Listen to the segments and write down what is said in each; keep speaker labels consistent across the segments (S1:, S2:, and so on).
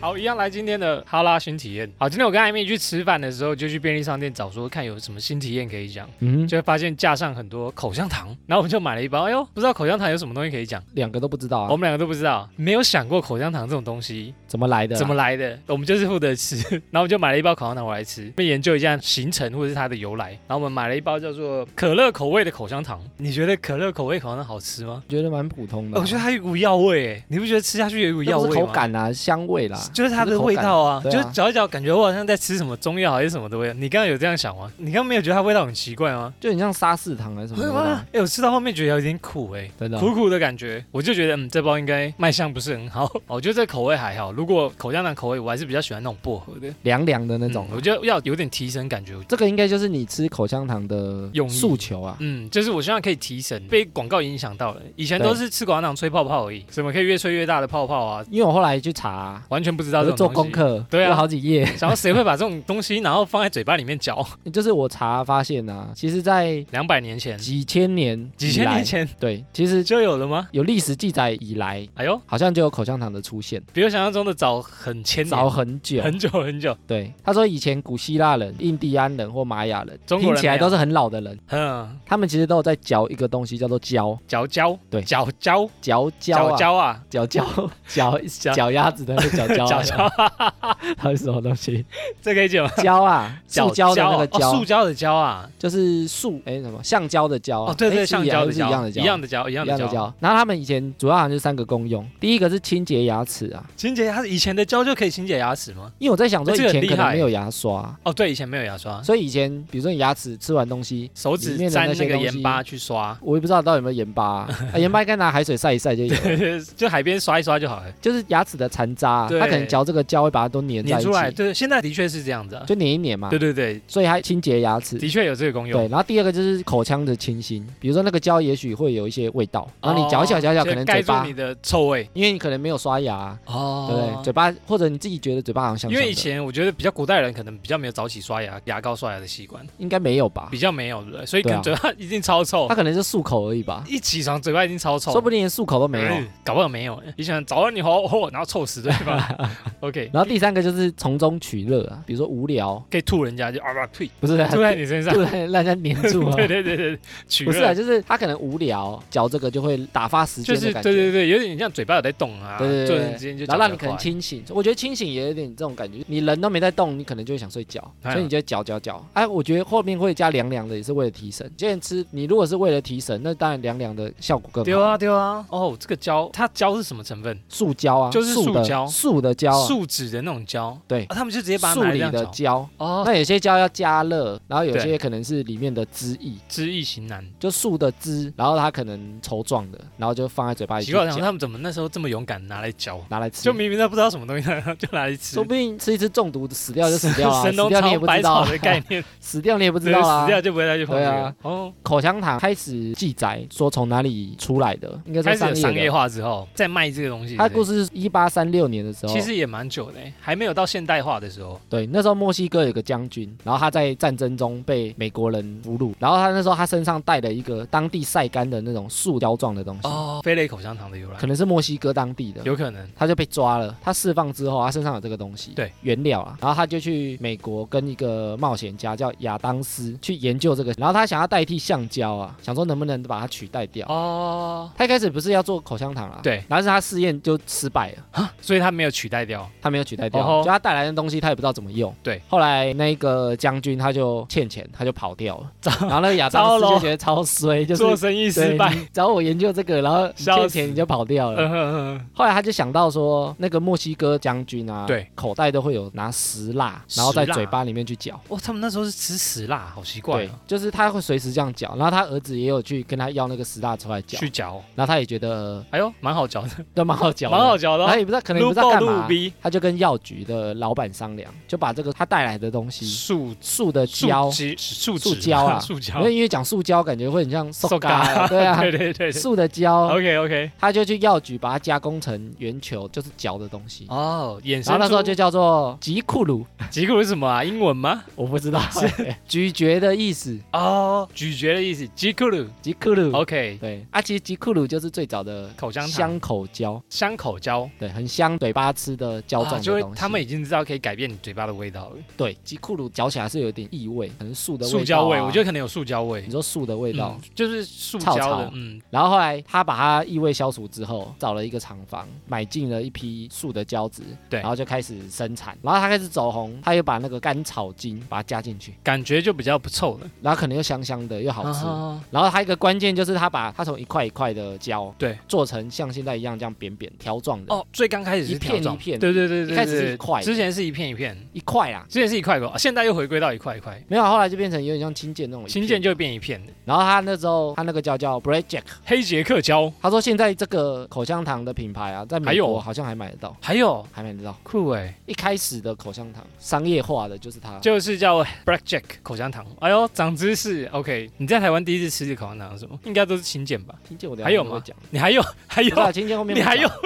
S1: 好，一样来今天的哈拉新体验。好，今天我跟艾米去吃饭的时候，就去便利商店找说看有什么新体验可以讲，
S2: 嗯，
S1: 就发现架上很多口香糖，然后我们就买了一包。哎呦，不知道口香糖有什么东西可以讲，
S2: 两个都不知道
S1: 我
S2: 啊，
S1: 们两个都不知道，没有想过口香糖这种东西
S2: 怎么来的啊？
S1: 怎么来的，我们就是负责吃。 然后我们就买了一包口香糖回来吃，被研究一下形成或者是它的由来。然后我们买了一包叫做可乐口味的口香糖。你觉得可乐口味口香糖好吃吗？
S2: 觉得蛮普通的啊？
S1: 哦我觉得它有股药味，哎，你不觉得吃下去有股
S2: 那
S1: 药
S2: 不
S1: 味
S2: 是
S1: 吗？
S2: 口感啊，香味啦，
S1: 就是它的味道啊，
S2: 不是口感对啊
S1: 就是嚼一嚼，感觉我好像在吃什么中药还是什么的味道。你刚刚有这样想吗？你刚刚没有觉得它味道很奇怪吗？
S2: 就很像沙士糖还是什么的
S1: 哎
S2: 啊，、
S1: 我吃到后面觉得有点苦哎、
S2: 真的啊。
S1: 苦苦的感觉，我就觉得嗯，这包应该卖相不是很好。 哦我觉得这口味还好，如果口香糖口味，我还是比较喜欢那种薄荷的
S2: 凉凉的那种
S1: 嗯。我觉得要有点提神感觉。
S2: 这个应该就是你吃口香糖的
S1: 用意
S2: 诉求啊。
S1: 嗯，就是我希望可以提神，被广告影响到了。以前都是吃口香糖吹泡泡而已，什么可以越吹越大的泡泡啊，
S2: 因为我后来去查，
S1: 完全不知道
S2: 我
S1: 这
S2: 就
S1: 种
S2: 做
S1: 东
S2: 功
S1: 西。
S2: 课，
S1: 对啊
S2: 有好几页。
S1: 想要谁会把这种东西然后放在嘴巴里面嚼？
S2: 就是我查发现啊，其实，在
S1: 两百年前，
S2: 几千年
S1: 几千
S2: 以来
S1: 年，前
S2: 对，其实
S1: 就有了吗？
S2: 有历史记载以来，
S1: 哎呦，
S2: 好像就有口香糖的出现，
S1: 比我想象中的早很千年，
S2: 早很久。
S1: 很久很久。
S2: 对，他说以前古希腊人、印第安人或玛雅人，
S1: 中国人
S2: 听起来都是很老的人，
S1: 嗯，
S2: 他们其实都有在嚼一个东西叫做胶，
S1: 嚼胶，
S2: 对
S1: 嚼胶，
S2: 嚼胶
S1: 嚼
S2: 啊，
S1: 胶啊，
S2: 嚼胶， 嚼
S1: 嚼
S2: 脚丫子的那个嚼 胶
S1: 嚼
S2: 啊，
S1: 胶，
S2: 它是什么东西？
S1: 这可以解吗？
S2: 胶啊，
S1: 嚼
S2: 塑胶的那个
S1: 哦塑
S2: 胶，
S1: 胶的胶啊，
S2: 就是塑哎什么橡胶的胶啊
S1: 哦，对
S2: 哎
S1: 对，
S2: 是一样
S1: 橡胶的
S2: 是一样
S1: 胶，
S2: 的
S1: 一
S2: 胶，
S1: 样的胶，一样
S2: 一
S1: 的
S2: 样的
S1: 胶。
S2: 胶。然后他们以前主要好像就三个功用，第一个是清洁牙齿啊，
S1: 清洁牙齿，以前的胶就可以清洁牙齿吗？
S2: 因为我在想说
S1: 哎
S2: 以
S1: 这个很
S2: 前
S1: 厉
S2: 可能
S1: 害
S2: 没有牙刷，啊
S1: 哦，对，以前没有牙刷，
S2: 所以以前比如说你牙齿吃完东西。
S1: 手指
S2: 里面的
S1: 沾
S2: 那些
S1: 那个
S2: 东西
S1: 盐巴去刷，
S2: 我也不知道到底有没有盐巴、啊，啊盐巴应该拿海水晒一晒就有了。
S1: 就海边刷一刷就好了，
S2: 就是牙齿的残渣、啊，
S1: 对
S2: 它可能嚼这个胶会把它都粘在
S1: 粘
S2: 一
S1: 出来。
S2: 起，
S1: 对，现在的确是这样子啊。
S2: 就粘一粘嘛
S1: 对。对对，
S2: 所以它清洁牙齿。
S1: 的确有这个功用
S2: 对，。然后第二个就是口腔的清新，比如说那个胶也许会有一些味道，然后你嚼一嚼嚼一嚼，
S1: 哦就
S2: 可能
S1: 盖
S2: 嘴
S1: 住
S2: 巴
S1: 你，的臭味
S2: 因为你可能没有刷牙啊，
S1: 哦
S2: 对不对？嘴巴或者你自己觉得嘴巴好像香
S1: 因
S2: 香的，
S1: 为以前我觉得比较古代人可能比较没有早起刷牙、牙膏刷牙的习惯，
S2: 应该没有吧
S1: 比？较没有对不对？所以可
S2: 对啊
S1: 能嘴巴一定超臭
S2: 它，可能是漱口而已吧，
S1: 一起床嘴巴已经超臭，
S2: 说不定连漱口都没有。
S1: 嗯搞不好没有。以前早上你好吼，然后臭死对吧？OK，
S2: 然后第三个就是从中取乐啊，比如说无聊，
S1: 可以吐人家就啊呸，
S2: 不是
S1: 吐在你身上
S2: 突，然让人家黏住啊。
S1: 对对对对，取
S2: 不是啊，
S1: 乐
S2: 就是他可能无聊，嚼这个就会打发时
S1: 就
S2: 间
S1: 是
S2: 的感
S1: 对
S2: 觉。
S1: 对对，有点像嘴巴有在动啊，
S2: 对对
S1: 突
S2: 对
S1: 然之间就
S2: 然后让你
S1: 讲得
S2: 可能
S1: 快
S2: 清醒，我觉得清醒也有点这种感觉，你人都没在动，你可能就会想 睡觉，
S1: 哎呀
S2: 所以你就嚼嚼嚼。哎，我觉得后面会加凉凉的，也是为了提神。之前吃你如果是为了提神，那当然凉凉的效果更好。
S1: 丢啊丢啊！哦，这个胶它胶是什么成分？
S2: 塑胶啊，
S1: 就是
S2: 素的
S1: 塑胶
S2: 素的胶啊，
S1: 树脂的那种胶，
S2: 对
S1: 啊他们就直接把它
S2: 素
S1: 拿来
S2: 里
S1: 这样
S2: 的
S1: 搅
S2: 胶。
S1: 哦，
S2: 那有些胶要加热，然后有
S1: 对
S2: 些可能是里面的汁液，
S1: 知易行难。
S2: 就素的汁，然后它可能稠状的，然后就放在嘴巴里
S1: 奇
S2: 去
S1: 怪，我想
S2: 嚼，
S1: 他们怎么那时候这么勇敢拿来 嚼？
S2: 拿来吃。
S1: 就明明都不知道什么东西，然 后就拿来吃
S2: 说。不定吃一次中毒死掉就死掉 啊，
S1: 神
S2: 死
S1: 农
S2: 掉你
S1: 尝
S2: 也不
S1: 百
S2: 知道
S1: 草
S2: 啊，
S1: 的概念，
S2: 死掉你也不知
S1: 对，
S2: 道啊
S1: 死。掉就不会再去碰这
S2: 对啊
S1: 个。哦，
S2: 口香糖开始记载说从哪里出来的，应该
S1: 开
S2: 说
S1: 始有
S2: 商
S1: 商业
S2: 业的。
S1: 化之后，再卖这个东西。
S2: 它的故
S1: 事
S2: 事是哦一八三六年的时候，
S1: 其实也蛮久的，还没有到现代化的时候。
S2: 对那时候墨西哥有个将军，然后他在战争中被美国人俘虏，然后他那时候他身上带了一个当地晒干的那种塑胶状的东西，
S1: 哦，飞雷口香糖的由来
S2: 可，能是墨西哥当地的，
S1: 有可能。
S2: 他就被抓了。他释放之后，他身上有这个东西，
S1: 对
S2: 原料啊，然后他就去美国跟一个冒险家叫亚当斯去研究这个，然后他想要代替橡胶啊，想说能不能把它取代掉。
S1: 哦，
S2: 他一开始不是要做口香糖啊，
S1: 对，
S2: 然后是他试验就失败了，
S1: 所以它没有取代掉。
S2: 他没有取代掉，
S1: 哦吼
S2: 就他带来的东西他也不知道怎么用。
S1: 对，
S2: 后来那个将军他就欠钱，他就跑掉了， 然后那个亚
S1: 糟
S2: 当斯
S1: 咯
S2: 就觉得超衰，就是
S1: 做生意失
S2: 对
S1: 败。
S2: 你找我研究这个，然后你
S1: 笑
S2: 欠
S1: 死
S2: 钱你就跑掉了。
S1: 嗯哼哼，
S2: 后来他就想到说，那个墨西哥将军啊，
S1: 对，
S2: 口袋都会有拿石蜡，然后在
S1: 石蜡
S2: 嘴巴里面去嚼。
S1: 哇，他们那时候是吃屎辣，好奇怪
S2: 对
S1: 哦，，
S2: 就是他会随时这样嚼，然后他儿子也有去跟他要那个石蜡出来嚼，
S1: 去嚼。
S2: 然后他也觉得 呃
S1: 哎呦，蛮好嚼的，
S2: 都蛮好嚼的，
S1: 蛮好嚼的
S2: 他
S1: 哦。
S2: 也不知道可能也
S1: 撸
S2: 不知道
S1: 爆
S2: 干
S1: 撸
S2: 嘛，
S1: 逼，
S2: 他就跟药局的老板商量，就把这个他带来的东西，
S1: 树
S2: 树的
S1: 树
S2: 胶，
S1: 脂树
S2: 塑
S1: 脂
S2: 胶啊
S1: 树
S2: 因
S1: 胶。
S2: 为因为讲塑胶感觉会很像塑
S1: 塑胶
S2: 胶，对啊，
S1: 对对对对。
S2: 树的胶，
S1: OK OK。
S2: 他就去药局把它加工成圆球，就是嚼的东西，
S1: 哦，衍
S2: 然
S1: 生
S2: 后那时候
S1: 出
S2: 就叫做吉库鲁，
S1: 吉古是什么啊？英文吗？
S2: 我不 知道，
S1: 哎
S2: 咀嚼的意思，
S1: 哦，咀嚼的意思，吉古鲁。
S2: 吉库鲁。
S1: OK，
S2: 对，啊，其实吉库鲁就是最早的
S1: 口香糖
S2: 香口胶，
S1: 香口胶。
S2: 对，很香，嘴巴吃的胶状
S1: 啊
S2: 的
S1: 就
S2: 东
S1: 会
S2: 西。
S1: 他们已经知道可以改变你嘴巴的味道了，
S2: 对吉库鲁嚼起来是有点异味，可能树的味道、啊
S1: 塑胶味，我觉得可能有塑胶味
S2: 你，说树的味道。
S1: 嗯就是塑
S2: 草
S1: 胶的
S2: 草，
S1: 嗯，
S2: 然后后来他把它异味消除之后，找了一个厂房，买进了一批树的胶质，
S1: 对
S2: 然后就开始生产。然后他开始走红，他又把那个甘草精把它加进去，
S1: 感觉就比较不臭了，
S2: 然后可能又香香的又好吃。嗯
S1: 啊
S2: 然后还有一个关键就是他把它从一块一块的胶，
S1: 对，
S2: 做成像现在一样这样扁扁条状的，
S1: 哦，最刚开始是
S2: 一片
S1: 条状
S2: 一片
S1: 对对对对，
S2: 一开始是
S1: 对
S2: 一块的
S1: 之前是一片一片，
S2: 一块啦。
S1: 之前是一块一块，现在又回归到一块一块，
S2: 没有，啊后来就变成有点像青箭那哦种一片。
S1: 新建就变一片，
S2: 然后他那时候他那个胶叫 b r e a Jack，
S1: 黑杰克胶，
S2: 他说现在这个口香糖的品牌啊，在
S1: 还
S2: 美
S1: 有哦
S2: 国好像还欸买得到，
S1: 还有
S2: 还买得到。
S1: 酷哎，
S2: 一开始的口香糖商业化的就是它，
S1: 就是叫 Black Jack 口香糖，哎呦，长知识，OK，你在台湾第一次吃的口香糖是什么？应该都是勤俭吧？
S2: 听见我的
S1: 还有
S2: 后面
S1: 吗
S2: 会讲，
S1: 你还有 还
S2: 不
S1: 有
S2: 是啊，听见后面
S1: 你还
S2: 会
S1: 有
S2: 讲，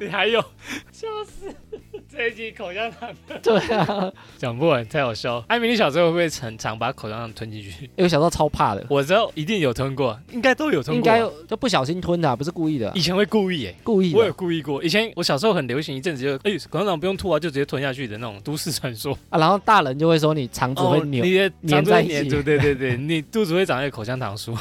S1: 你还有，笑死！这一集口香糖
S2: 对啊，
S1: 讲不完，太好笑了。艾米，你小时候会不会很常把口香糖吞进去？
S2: 因为小时候超怕的，
S1: 我知道一定有吞过，应该都有吞过。
S2: 应该就不小心吞的啊，不是故意的啊
S1: 以，前会故意耶、
S2: 故意
S1: 我有
S2: 的啊
S1: 故意过。以前我小时候很流行一阵子就，哎，口香糖不用吐啊，就直接吞下去的那种都市传说。哦
S2: 啊。然后大人就会说你肠子会扭，
S1: 你的
S2: 粘在一起
S1: 黏住，对对 对，你肚子会长一个口香糖树。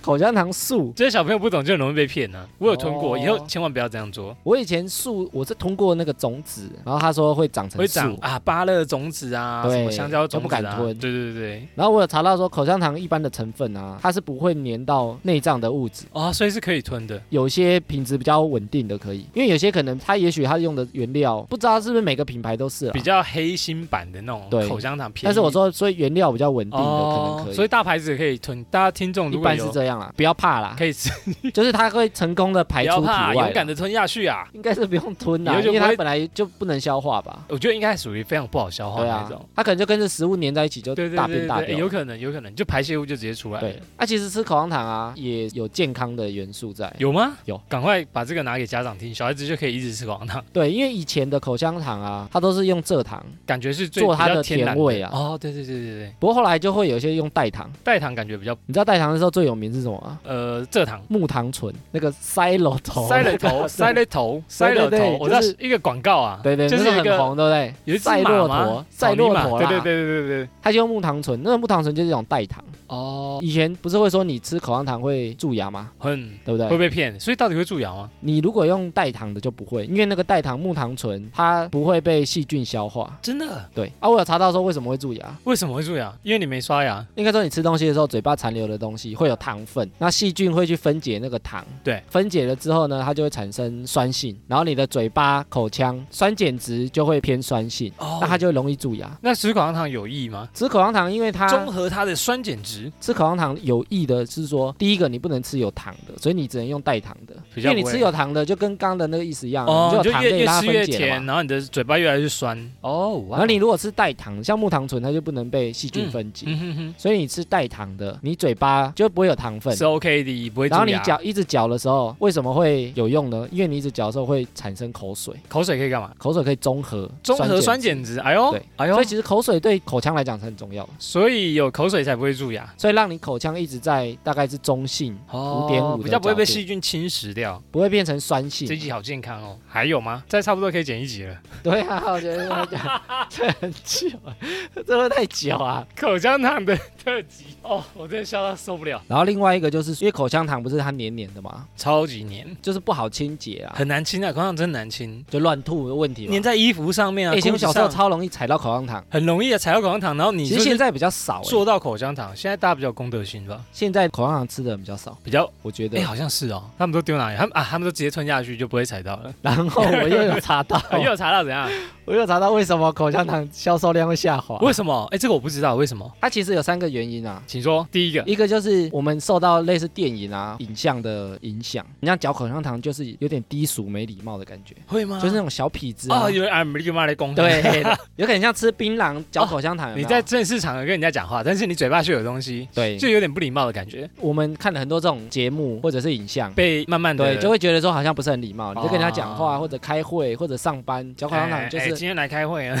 S2: 口香糖素。
S1: 这些小朋友不懂就很容易被骗呢、我有吞过，
S2: 哦
S1: 以后千万不要这样做，
S2: 我以前素我是吞过那个种子，然后他说会长成
S1: 会
S2: 素，
S1: 长啊芭乐种子啊，
S2: 对
S1: 什么香蕉种子
S2: 就不
S1: 啊，
S2: 敢
S1: 对
S2: 吞
S1: 对对对，
S2: 然后我有查到说口香糖一般的成分啊，它是不会粘到内脏的物质。
S1: 哦，所以是可以吞的。
S2: 有些品质比较稳定的可以，因为有些可能它也许它用的原料不知道是不是每个品牌都是啦
S1: 比，较黑心版的那种
S2: 对
S1: 口香糖便宜，
S2: 但是我说所以原料比较稳定的可能可以，
S1: 哦所以大牌子也可以吞。大家听众
S2: 一
S1: 如果
S2: 般是
S1: 有
S2: 这样啊啦，不要 怕啦，
S1: 可以吃，
S2: 就是它会成功的
S1: 不
S2: 排
S1: 要
S2: 出体
S1: 怕，勇
S2: 外
S1: 敢啊
S2: 啦，
S1: 的吞下去啊！
S2: 应该是不用吞啦
S1: 以，后就
S2: 因为
S1: 不
S2: 它
S1: 会
S2: 本来就不能消化吧，
S1: 我觉得应该属于非常不好消化
S2: 对
S1: 的哦那
S2: 啊
S1: 种。，
S2: 它可能就跟着食物粘在一起就
S1: 对对
S2: 大
S1: 对
S2: 便
S1: 对
S2: 大
S1: 对，
S2: 便
S1: 有。可能有可能就排泄物就直接出来。
S2: 对，，啊，其实吃口香糖啊也有健康的元素在，
S1: 有吗？
S2: 有，
S1: 赶快把这个拿给家长听，小孩子就可以一直吃口香糖，
S2: 对，因为以前的口香糖啊，它都是用蔗糖，
S1: 感觉是最
S2: 做它
S1: 比较
S2: 的
S1: 天然
S2: 甜味啊
S1: 哦，对对对对对，
S2: 不过后来就会有一些用代糖，
S1: 代糖感觉比较
S2: 你知道代糖的时候最有名是什么吗？
S1: 呃蔗糖。
S2: 木糖醇，那个塞楼头，
S1: 塞了头，塞了头，塞了
S2: 对对
S1: 头，
S2: 对
S1: 我知道
S2: 就是
S1: 一个广告啊，
S2: 对对，
S1: 就是
S2: 那
S1: 一
S2: 时候
S1: 个
S2: 很红，对不对？
S1: 有一只
S2: 赛
S1: 马
S2: 骆
S1: 吗
S2: 驼？，赛
S1: 草泥
S2: 骆
S1: 马
S2: 驼
S1: 对
S2: 啦，
S1: 对对对对对。
S2: 它就用木糖醇，那个木糖醇就是一种代糖。
S1: 哦，
S2: 以前不是会说你吃口香糖会蛀牙吗？
S1: 很
S2: 对不
S1: 会
S2: 对？
S1: 被骗，所以到底会蛀牙吗？
S2: 你如果用代糖的就不会，因为那个代糖木糖醇它不会被细菌消化。
S1: 真的？
S2: 对啊，我有查到说为什么会蛀牙，
S1: 为什么会蛀牙？因为你没刷牙。
S2: 应该说你吃东西的时候嘴巴残留的东西会有糖分，那细菌会去分解那个糖，
S1: 对，
S2: 分解了之后呢，它就会产生酸性，然后你的嘴巴、口腔酸碱值就会偏酸性，
S1: 哦
S2: 那它就容易蛀牙。
S1: 那吃口香糖有益吗？
S2: 吃口香糖，因为它
S1: 综合它的酸碱值，
S2: 吃口香糖有益的是说，第一个你不能吃有糖的，所以你只能用代糖的，
S1: 比
S2: 因
S1: 较
S2: 为
S1: 不会
S2: 你吃有糖的就跟刚刚的那个意思一样，
S1: 哦，你
S2: 啊你就有
S1: 就
S2: 糖
S1: 越
S2: 类
S1: 越
S2: 让它
S1: 吃越
S2: 分解了
S1: 甜，
S2: 嘛。
S1: 然后你的嘴巴越来越酸。哦，哇
S2: 然后你如果吃代糖，像木糖醇，它就不能被细菌分解，
S1: 嗯哼哼
S2: 所以你吃代糖的，你嘴巴就不会有糖分
S1: 是。OK 的，不会蛀
S2: 然
S1: 牙。
S2: 后你嚼一直嚼的时候，为什么会有用呢？因为你一直嚼的时候会产生口水，
S1: 口水可以干嘛？
S2: 口水可以中和
S1: 综合酸
S2: 酸
S1: 碱值。哎呦
S2: 对，
S1: 哎
S2: 所
S1: 呦
S2: 以，其实口水对口腔来讲是很重要的，
S1: 所以有口水才不会蛀牙。
S2: 所以让你口腔一直在大概是中性，
S1: 哦
S2: 5.5的
S1: 比较不会被
S2: 角度
S1: 细菌侵蚀掉。
S2: 不会变成酸性。
S1: 这一集好健康哦。还有吗？再差不多可以剪一集了。
S2: 对啊，我觉得这个这 很久，这会太久啊。
S1: 口香糖的特辑哦，我真的笑到受不了，
S2: 然后另外一个就是，因为口香糖不是它黏黏的嘛，
S1: 超级黏，
S2: 就是不好清洁啊，
S1: 很难清啊，口香糖真难清，
S2: 就乱吐的问题嘛。
S1: 粘在衣服上面啊，
S2: 哎以前我
S1: 裤子上
S2: 小时候超容易踩到口香糖，
S1: 很容易啊，踩到口香糖，然后你
S2: 其
S1: 就
S2: 实现
S1: 是
S2: 在比较少、欸，
S1: 做到口香糖，现在大家比较有公德心吧，
S2: 现在口香糖吃的比较少，
S1: 比较
S2: 我觉得
S1: 哎、。好像是哦，他们都丢哪里？他们啊，他们都直接吞下去就不会踩到了。
S2: 然后我又有查 到，
S1: 哦又有查到怎样？
S2: 我又有查到为什么口香糖销售量会下滑。
S1: 为什么？哎、这个我不知道为什么，
S2: 它其实有三个原因啊，
S1: 请说。第一个，
S2: 一个就是我们受到类似电影啊、影像的影响，你像嚼口香糖就是有点低俗、没礼貌的感觉，
S1: 会吗？
S2: 就是那种小痞子
S1: 啊、哦，因为啊，立马来攻。
S2: 对， 有点像吃槟榔嚼口香糖有
S1: 你
S2: 没啊有。
S1: 在正式场合跟人家讲话，但是你嘴巴却有东西，
S2: 对，
S1: 就有点不礼貌的感觉，
S2: 我们看了很多这种节目或者是影像，
S1: 被慢慢的
S2: 对，就会觉得说好像不是很礼貌，你就跟他讲话
S1: 哦
S2: 或者开会或者上班嚼口香糖就
S1: 哎哎
S2: 是
S1: 今天来开会 啊，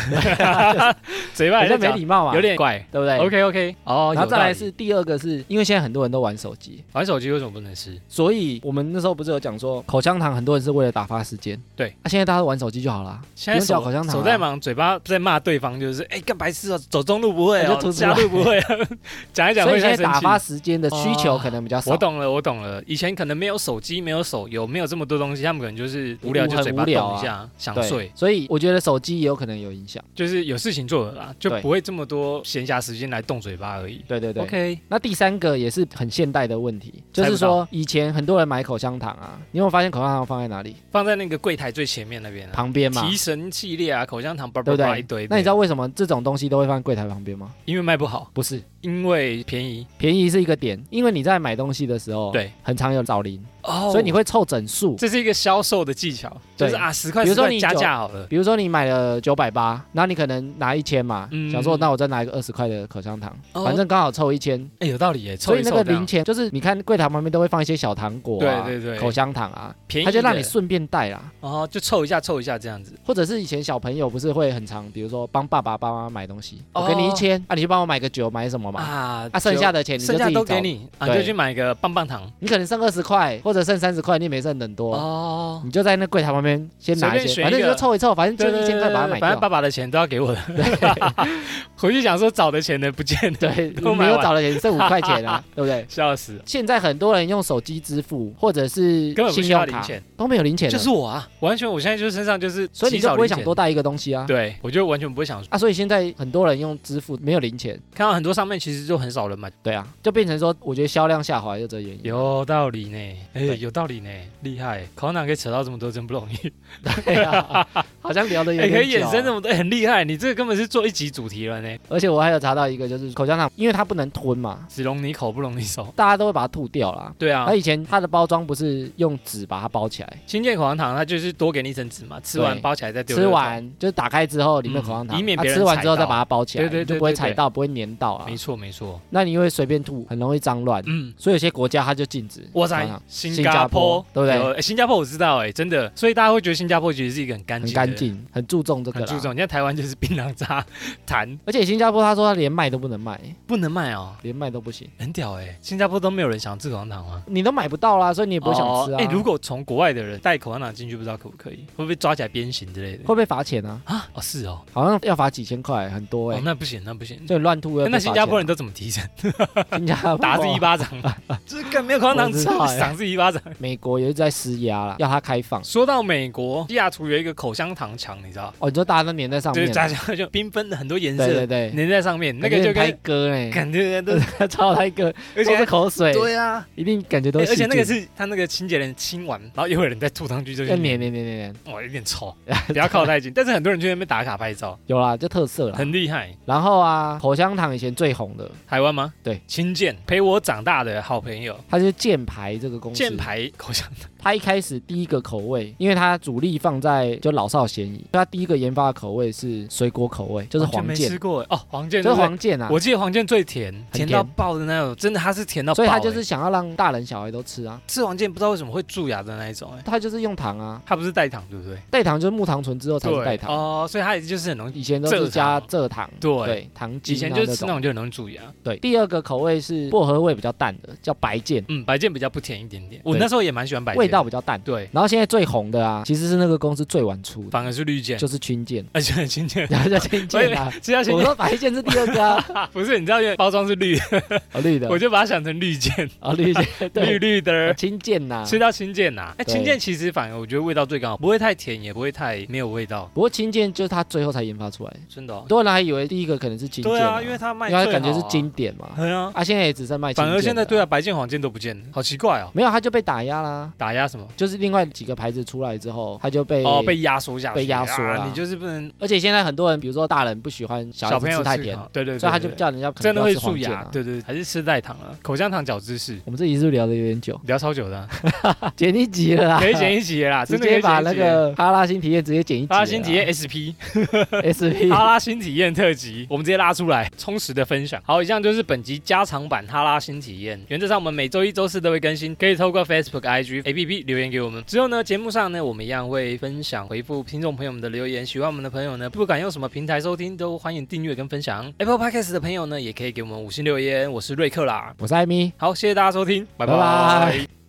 S1: 嘴巴
S2: 好
S1: 也在
S2: 像没
S1: 讲
S2: 礼貌嘛，啊
S1: 有点怪。
S2: 对不对
S1: OK OK，哦，
S2: 然后
S1: 有
S2: 再
S1: 道
S2: 来
S1: 理
S2: 是第二个是，因为现在很多人都玩手机，
S1: 玩手机为什么不能吃？
S2: 所以我们那时候不是有讲说口香糖很多人是为了打发时间。
S1: 对，
S2: 那、现在大家都玩手机就好啦，
S1: 现在
S2: 不用嚼
S1: 手
S2: 口香糖啊
S1: 手在忙，嘴巴在骂对方，就是哎干白痴哦，走中路不会
S2: 哎
S1: 哦
S2: 就吐，出
S1: 下
S2: 来
S1: 路不会哦， 讲一讲
S2: 所
S1: 会
S2: 以现
S1: 太
S2: 在
S1: 生
S2: 打
S1: 气。哦
S2: 发时间的需求可能比较少。
S1: 我懂了，我懂了。以前可能没有手机，没有手游，没有这么多东西，他们可能就是无聊就
S2: 很
S1: 嘴巴
S2: 无聊
S1: 动
S2: 啊
S1: 一下，想
S2: 对
S1: 睡，，
S2: 所以我觉得手机也有可能有影响。
S1: 就是有事情做了啦，就
S2: 对
S1: 不会这么多闲暇时间来动嘴巴而已。
S2: 对对对。
S1: OK，
S2: 那第三个也是很现代的问题，就
S1: 猜
S2: 是
S1: 不到
S2: 说以前很多人买口香糖啊，你有没有发现口香糖放在哪里？
S1: 放在那个柜台最前面那边啊，
S2: 旁边嘛。
S1: 提神系列啊，口香糖叭
S2: 对
S1: 叭
S2: 不
S1: 叭
S2: 对
S1: 一堆。
S2: 那你知道为什么这种东西都会放在柜台旁边吗？
S1: 因为卖不好，
S2: 不是，
S1: 因为便宜
S2: 便宜是一个点，因为你在买东西的时候，
S1: 对，
S2: 很常有找零，
S1: 哦
S2: 所以你会凑整数。
S1: 这是一个销售的技巧，就是
S2: 对
S1: 啊十块
S2: 比
S1: 十
S2: 如说
S1: 块
S2: 你
S1: 加
S2: 九
S1: 价好了。
S2: 比如说你买了九百八，然后你可能拿一千嘛，
S1: 嗯
S2: 想说那我再拿一个二十块的口香糖，
S1: 哦
S2: 反正刚好凑一千，
S1: 哎，有道理耶，
S2: 所
S1: 凑
S2: 以
S1: 一
S2: 那
S1: 凑
S2: 个
S1: 这样
S2: 零钱就是你看柜台旁边都会放一些小糖果啊，
S1: 对对对
S2: 口香糖啊，
S1: 便宜
S2: 他
S1: 的，
S2: 就让你顺便带啦。
S1: 哦，就凑一下凑一下这样子。
S2: 或者是以前小朋友不是会很常，比如说帮爸爸、爸妈买东西，
S1: 哦
S2: 我给你一千，啊，你去帮我买个酒，买什么嘛？
S1: 啊
S2: 啊，剩下的钱
S1: 就
S2: 你就
S1: 剩
S2: 自
S1: 下
S2: 己
S1: 都给
S2: 找，
S1: 你啊，
S2: 对
S1: 就去买个棒棒糖
S2: 你可能剩二十块，或者剩三十块，你也没剩很多，
S1: 哦。
S2: 你就在那柜台旁边先拿
S1: 随
S2: 一
S1: 便
S2: 些，
S1: 选
S2: 反正
S1: 一
S2: 你
S1: 个
S2: 就凑一凑，反正就一千块把它
S1: 对对对对
S2: 买
S1: 反正
S2: 掉。
S1: 爸爸的钱都要给我 的。 回去想说找的钱呢不见了，
S2: 对，
S1: 都
S2: 你
S1: 买
S2: 又
S1: 完
S2: 找了钱，剩五块钱啊，对不对？
S1: 笑死，
S2: 现在很多人用手机支付或者是
S1: 根本不
S2: 信
S1: 需要
S2: 用
S1: 零
S2: 卡，
S1: 钱，
S2: 都没有零钱了，
S1: 就是我啊，完全我现在就是身上就是，
S2: 所以你就不会想多。带一个东西啊。
S1: 对，我就完全不会想
S2: 啊，所以现在很多人用支付没有零钱，
S1: 看到很多上面其实就很少人买，
S2: 对啊，就变成说，我觉得销量下滑就这原因。
S1: 有道理呢，哎，
S2: 对
S1: 有道理呢，厉害，考哪可以扯到这么多，真不容易，
S2: 对啊，好像聊的 有
S1: 哎，
S2: 点久
S1: 可
S2: 啊
S1: 以衍生这么多，哎很厉害，你这个根本是做一集主题了呢，
S2: 而且我还有查到一个，就是口香糖，因为它不能吞嘛，
S1: 只容你口不容你手。
S2: 大家都会把它吐掉啦。
S1: 对啊
S2: 那、，以前它的包装不是用纸把它包起来，
S1: 新建口香糖它就是多给你一层纸嘛，吃完
S2: 对
S1: 包起来再丢。
S2: 吃，完就是打开之后里面有口香
S1: 嗯
S2: 糖，
S1: 以免
S2: 啊
S1: 别人
S2: 吃完之后
S1: 踩
S2: 再
S1: 到
S2: 把它包起来，
S1: 对对对
S2: 你就不会
S1: 对对
S2: 踩到，不会粘到啊
S1: 没。错没错，
S2: 那你因为随便吐，很容易脏乱，
S1: 嗯。
S2: 所以有些国家它就禁止。
S1: 哇
S2: 口
S1: 塞
S2: 香糖，
S1: 新
S2: 新
S1: 加
S2: 加
S1: 坡
S2: 坡对不对
S1: 有？哎新加坡我知道，哎，真的，所以大家会觉得新加坡其实是一个很干
S2: 很
S1: 净、
S2: 干、净，很注重这个
S1: 很
S2: 啦。
S1: 注重。你看台湾就是槟榔渣、痰
S2: 而且新加坡他说他连卖都不能卖，
S1: 不能卖哦，
S2: 连卖都不行，
S1: 很屌哎！新加坡都没有人想吃口香糖吗？
S2: 你都买不到啦，所以你也
S1: 也
S2: 不会想吃啊。
S1: 哎，如果从国外的人带口香糖进去，不知道可不可以？会不会抓起来鞭刑之类的？
S2: 会被罚钱啊，
S1: 啊，哦是哦，
S2: 好像要罚几千块，很多哎、
S1: 哦那不行，那不行。
S2: 就你乱吐要被
S1: 那
S2: 罚钱
S1: 新
S2: 啊。
S1: 加坡人都怎么提神？
S2: 新加坡
S1: 打自己一
S2: 吧。
S1: 巴掌， 就是更没有口香糖
S2: 我
S1: 吃，
S2: 知道哎
S1: 赏自己一巴掌。
S2: 美国也是在施压啦，要它开放。
S1: 说到美国，西雅图有一个口香糖墙，你知道？
S2: 哦，你说大家都粘在上
S1: 就
S2: 面
S1: 是
S2: 啊，
S1: 加上就缤纷的很多颜
S2: 对对
S1: 色
S2: 对，
S1: 粘在上面，那个就
S2: 感觉很
S1: 跟
S2: 胎 哥哎，
S1: 感 觉都，
S2: 超胎哥，
S1: 而
S2: 都
S1: 且
S2: 是口水，
S1: 对啊，
S2: 一定感觉都
S1: 哎
S2: 是细
S1: 而
S2: 菌。
S1: 且那个是他那个清洁人清完，然后又有人再吐上去，就
S2: 要
S1: 是
S2: 哎黏黏黏黏黏，
S1: 哇有点 臭，不要靠太近。但是很多人去那边打卡拍照，
S2: 有啦，就特色啦。
S1: 很厉害。
S2: 然后啊，口香糖以前最红的，
S1: 台湾吗？
S2: 对，
S1: 清健陪我长大的好朋友，
S2: 它就是箭牌这个公司。
S1: 健牌口香糖，
S2: 它一开始第一个口味，因为它主力放在就老少咸宜，它第一个研发的口味是水果口味，就是
S1: 完全
S2: 黄
S1: 没
S2: 健
S1: 吃，过哎哦，黄健
S2: 就
S1: 对
S2: 是
S1: 不对
S2: 黄健啊。
S1: 我记得黄健最甜，
S2: 甜
S1: 甜到爆的那种，真的它是甜到爆
S2: 所
S1: 哎。
S2: 以他就是想要让大人小孩都吃啊，
S1: 吃黄健不知道为什么会蛀牙的那一种，哎，
S2: 他就是用糖啊，
S1: 它不是代糖对不对？
S2: 代糖就是木糖醇之后才是
S1: 对
S2: 代糖，
S1: 哦，所以它也就是很容易，
S2: 以前都是加蔗糖，
S1: 对
S2: 对，糖精
S1: 以
S2: 啊
S1: 前就是吃那
S2: 那
S1: 种就很容易蛀牙。
S2: 对，第二个口味是薄荷味比较淡的，叫白健，
S1: 嗯，白健比较不甜一点点，我
S2: 对
S1: 那时候也蛮喜欢白健，
S2: 味道比较淡。
S1: 对，
S2: 然后现在最红的啊，其实是那个公司最晚出的，
S1: 反而是绿箭，
S2: 就是群健，
S1: 而且很清 健，
S2: 然后叫群健啊。
S1: 吃下去
S2: 我说白健是第二个啊，
S1: 不是，你知道原来包装是绿，
S2: 哦绿的
S1: 我，就把它想成绿箭，
S2: 哦 绿健，
S1: 绿
S2: 对，
S1: 绿
S2: 哦
S1: 的。
S2: 清健呐。
S1: 吃到清健呐、哎、
S2: 对
S1: 清健其实反而我觉得味道最刚好，不会太甜，也不会太没有味道，
S2: 不过清健就是他最后才研发出来，
S1: 真的哦、
S2: 很多人还以为第一个可能是清
S1: 对
S2: 健
S1: 啊，
S2: 啊，
S1: 因为它卖
S2: 因为
S1: 最
S2: 它感觉
S1: 好
S2: 是
S1: 啊，
S2: 经典嘛，
S1: 对啊，
S2: 啊现在也只剩卖清
S1: 反
S2: 健了。
S1: 而现在对啊，白健、黄健都不见了，好奇怪哦。
S2: 没有，他就被打压啦。
S1: 打压加什么？
S2: 就是另外几个牌子出来之后，它就被
S1: 哦，被压缩下去，
S2: 被压缩
S1: 啊
S2: 啦
S1: 你就是不能
S2: 而且现在很多人，比如说大人不喜欢小孩
S1: 小
S2: 子
S1: 朋
S2: 吃
S1: 友
S2: 太
S1: 吃
S2: 甜，
S1: 糖对对对，
S2: 所以他就
S1: 对对
S2: 叫人家可能
S1: 真的
S2: 不要
S1: 会
S2: 吃
S1: 蛀
S2: 黄健
S1: 牙
S2: 啊，。
S1: 对对，对还是吃代糖了，口香糖矫治是
S2: 我们这集是不是聊的有点久，
S1: 聊超久的啊，
S2: 剪一集了啦，
S1: 可以剪一集啦，
S2: 直
S1: 真的可
S2: 接
S1: 以剪
S2: 把
S1: 一
S2: 那
S1: 集耶。
S2: 个哈拉新体验直接剪啊一集了啦。
S1: 阿拉新体验 SP，
S2: SP
S1: 哈拉新体验特辑，我们直接拉出来，充实的分享。好，以上就是本集加长版哈拉新体验。原则上我们每周一、周四都会更新，可以透过 Facebook、IG、APP 留言给我们。之后呢，节目上呢，我们一样会分享回复听众朋友们的留言。喜欢我们的朋友呢，不管用什么平台收听，都欢迎订阅跟分享。Apple Podcast 的朋友呢，也可以给我们五星留言。我是瑞克啦，
S2: 我是艾米。
S1: 好，谢谢大家收听，拜
S2: 拜
S1: 拜
S2: 拜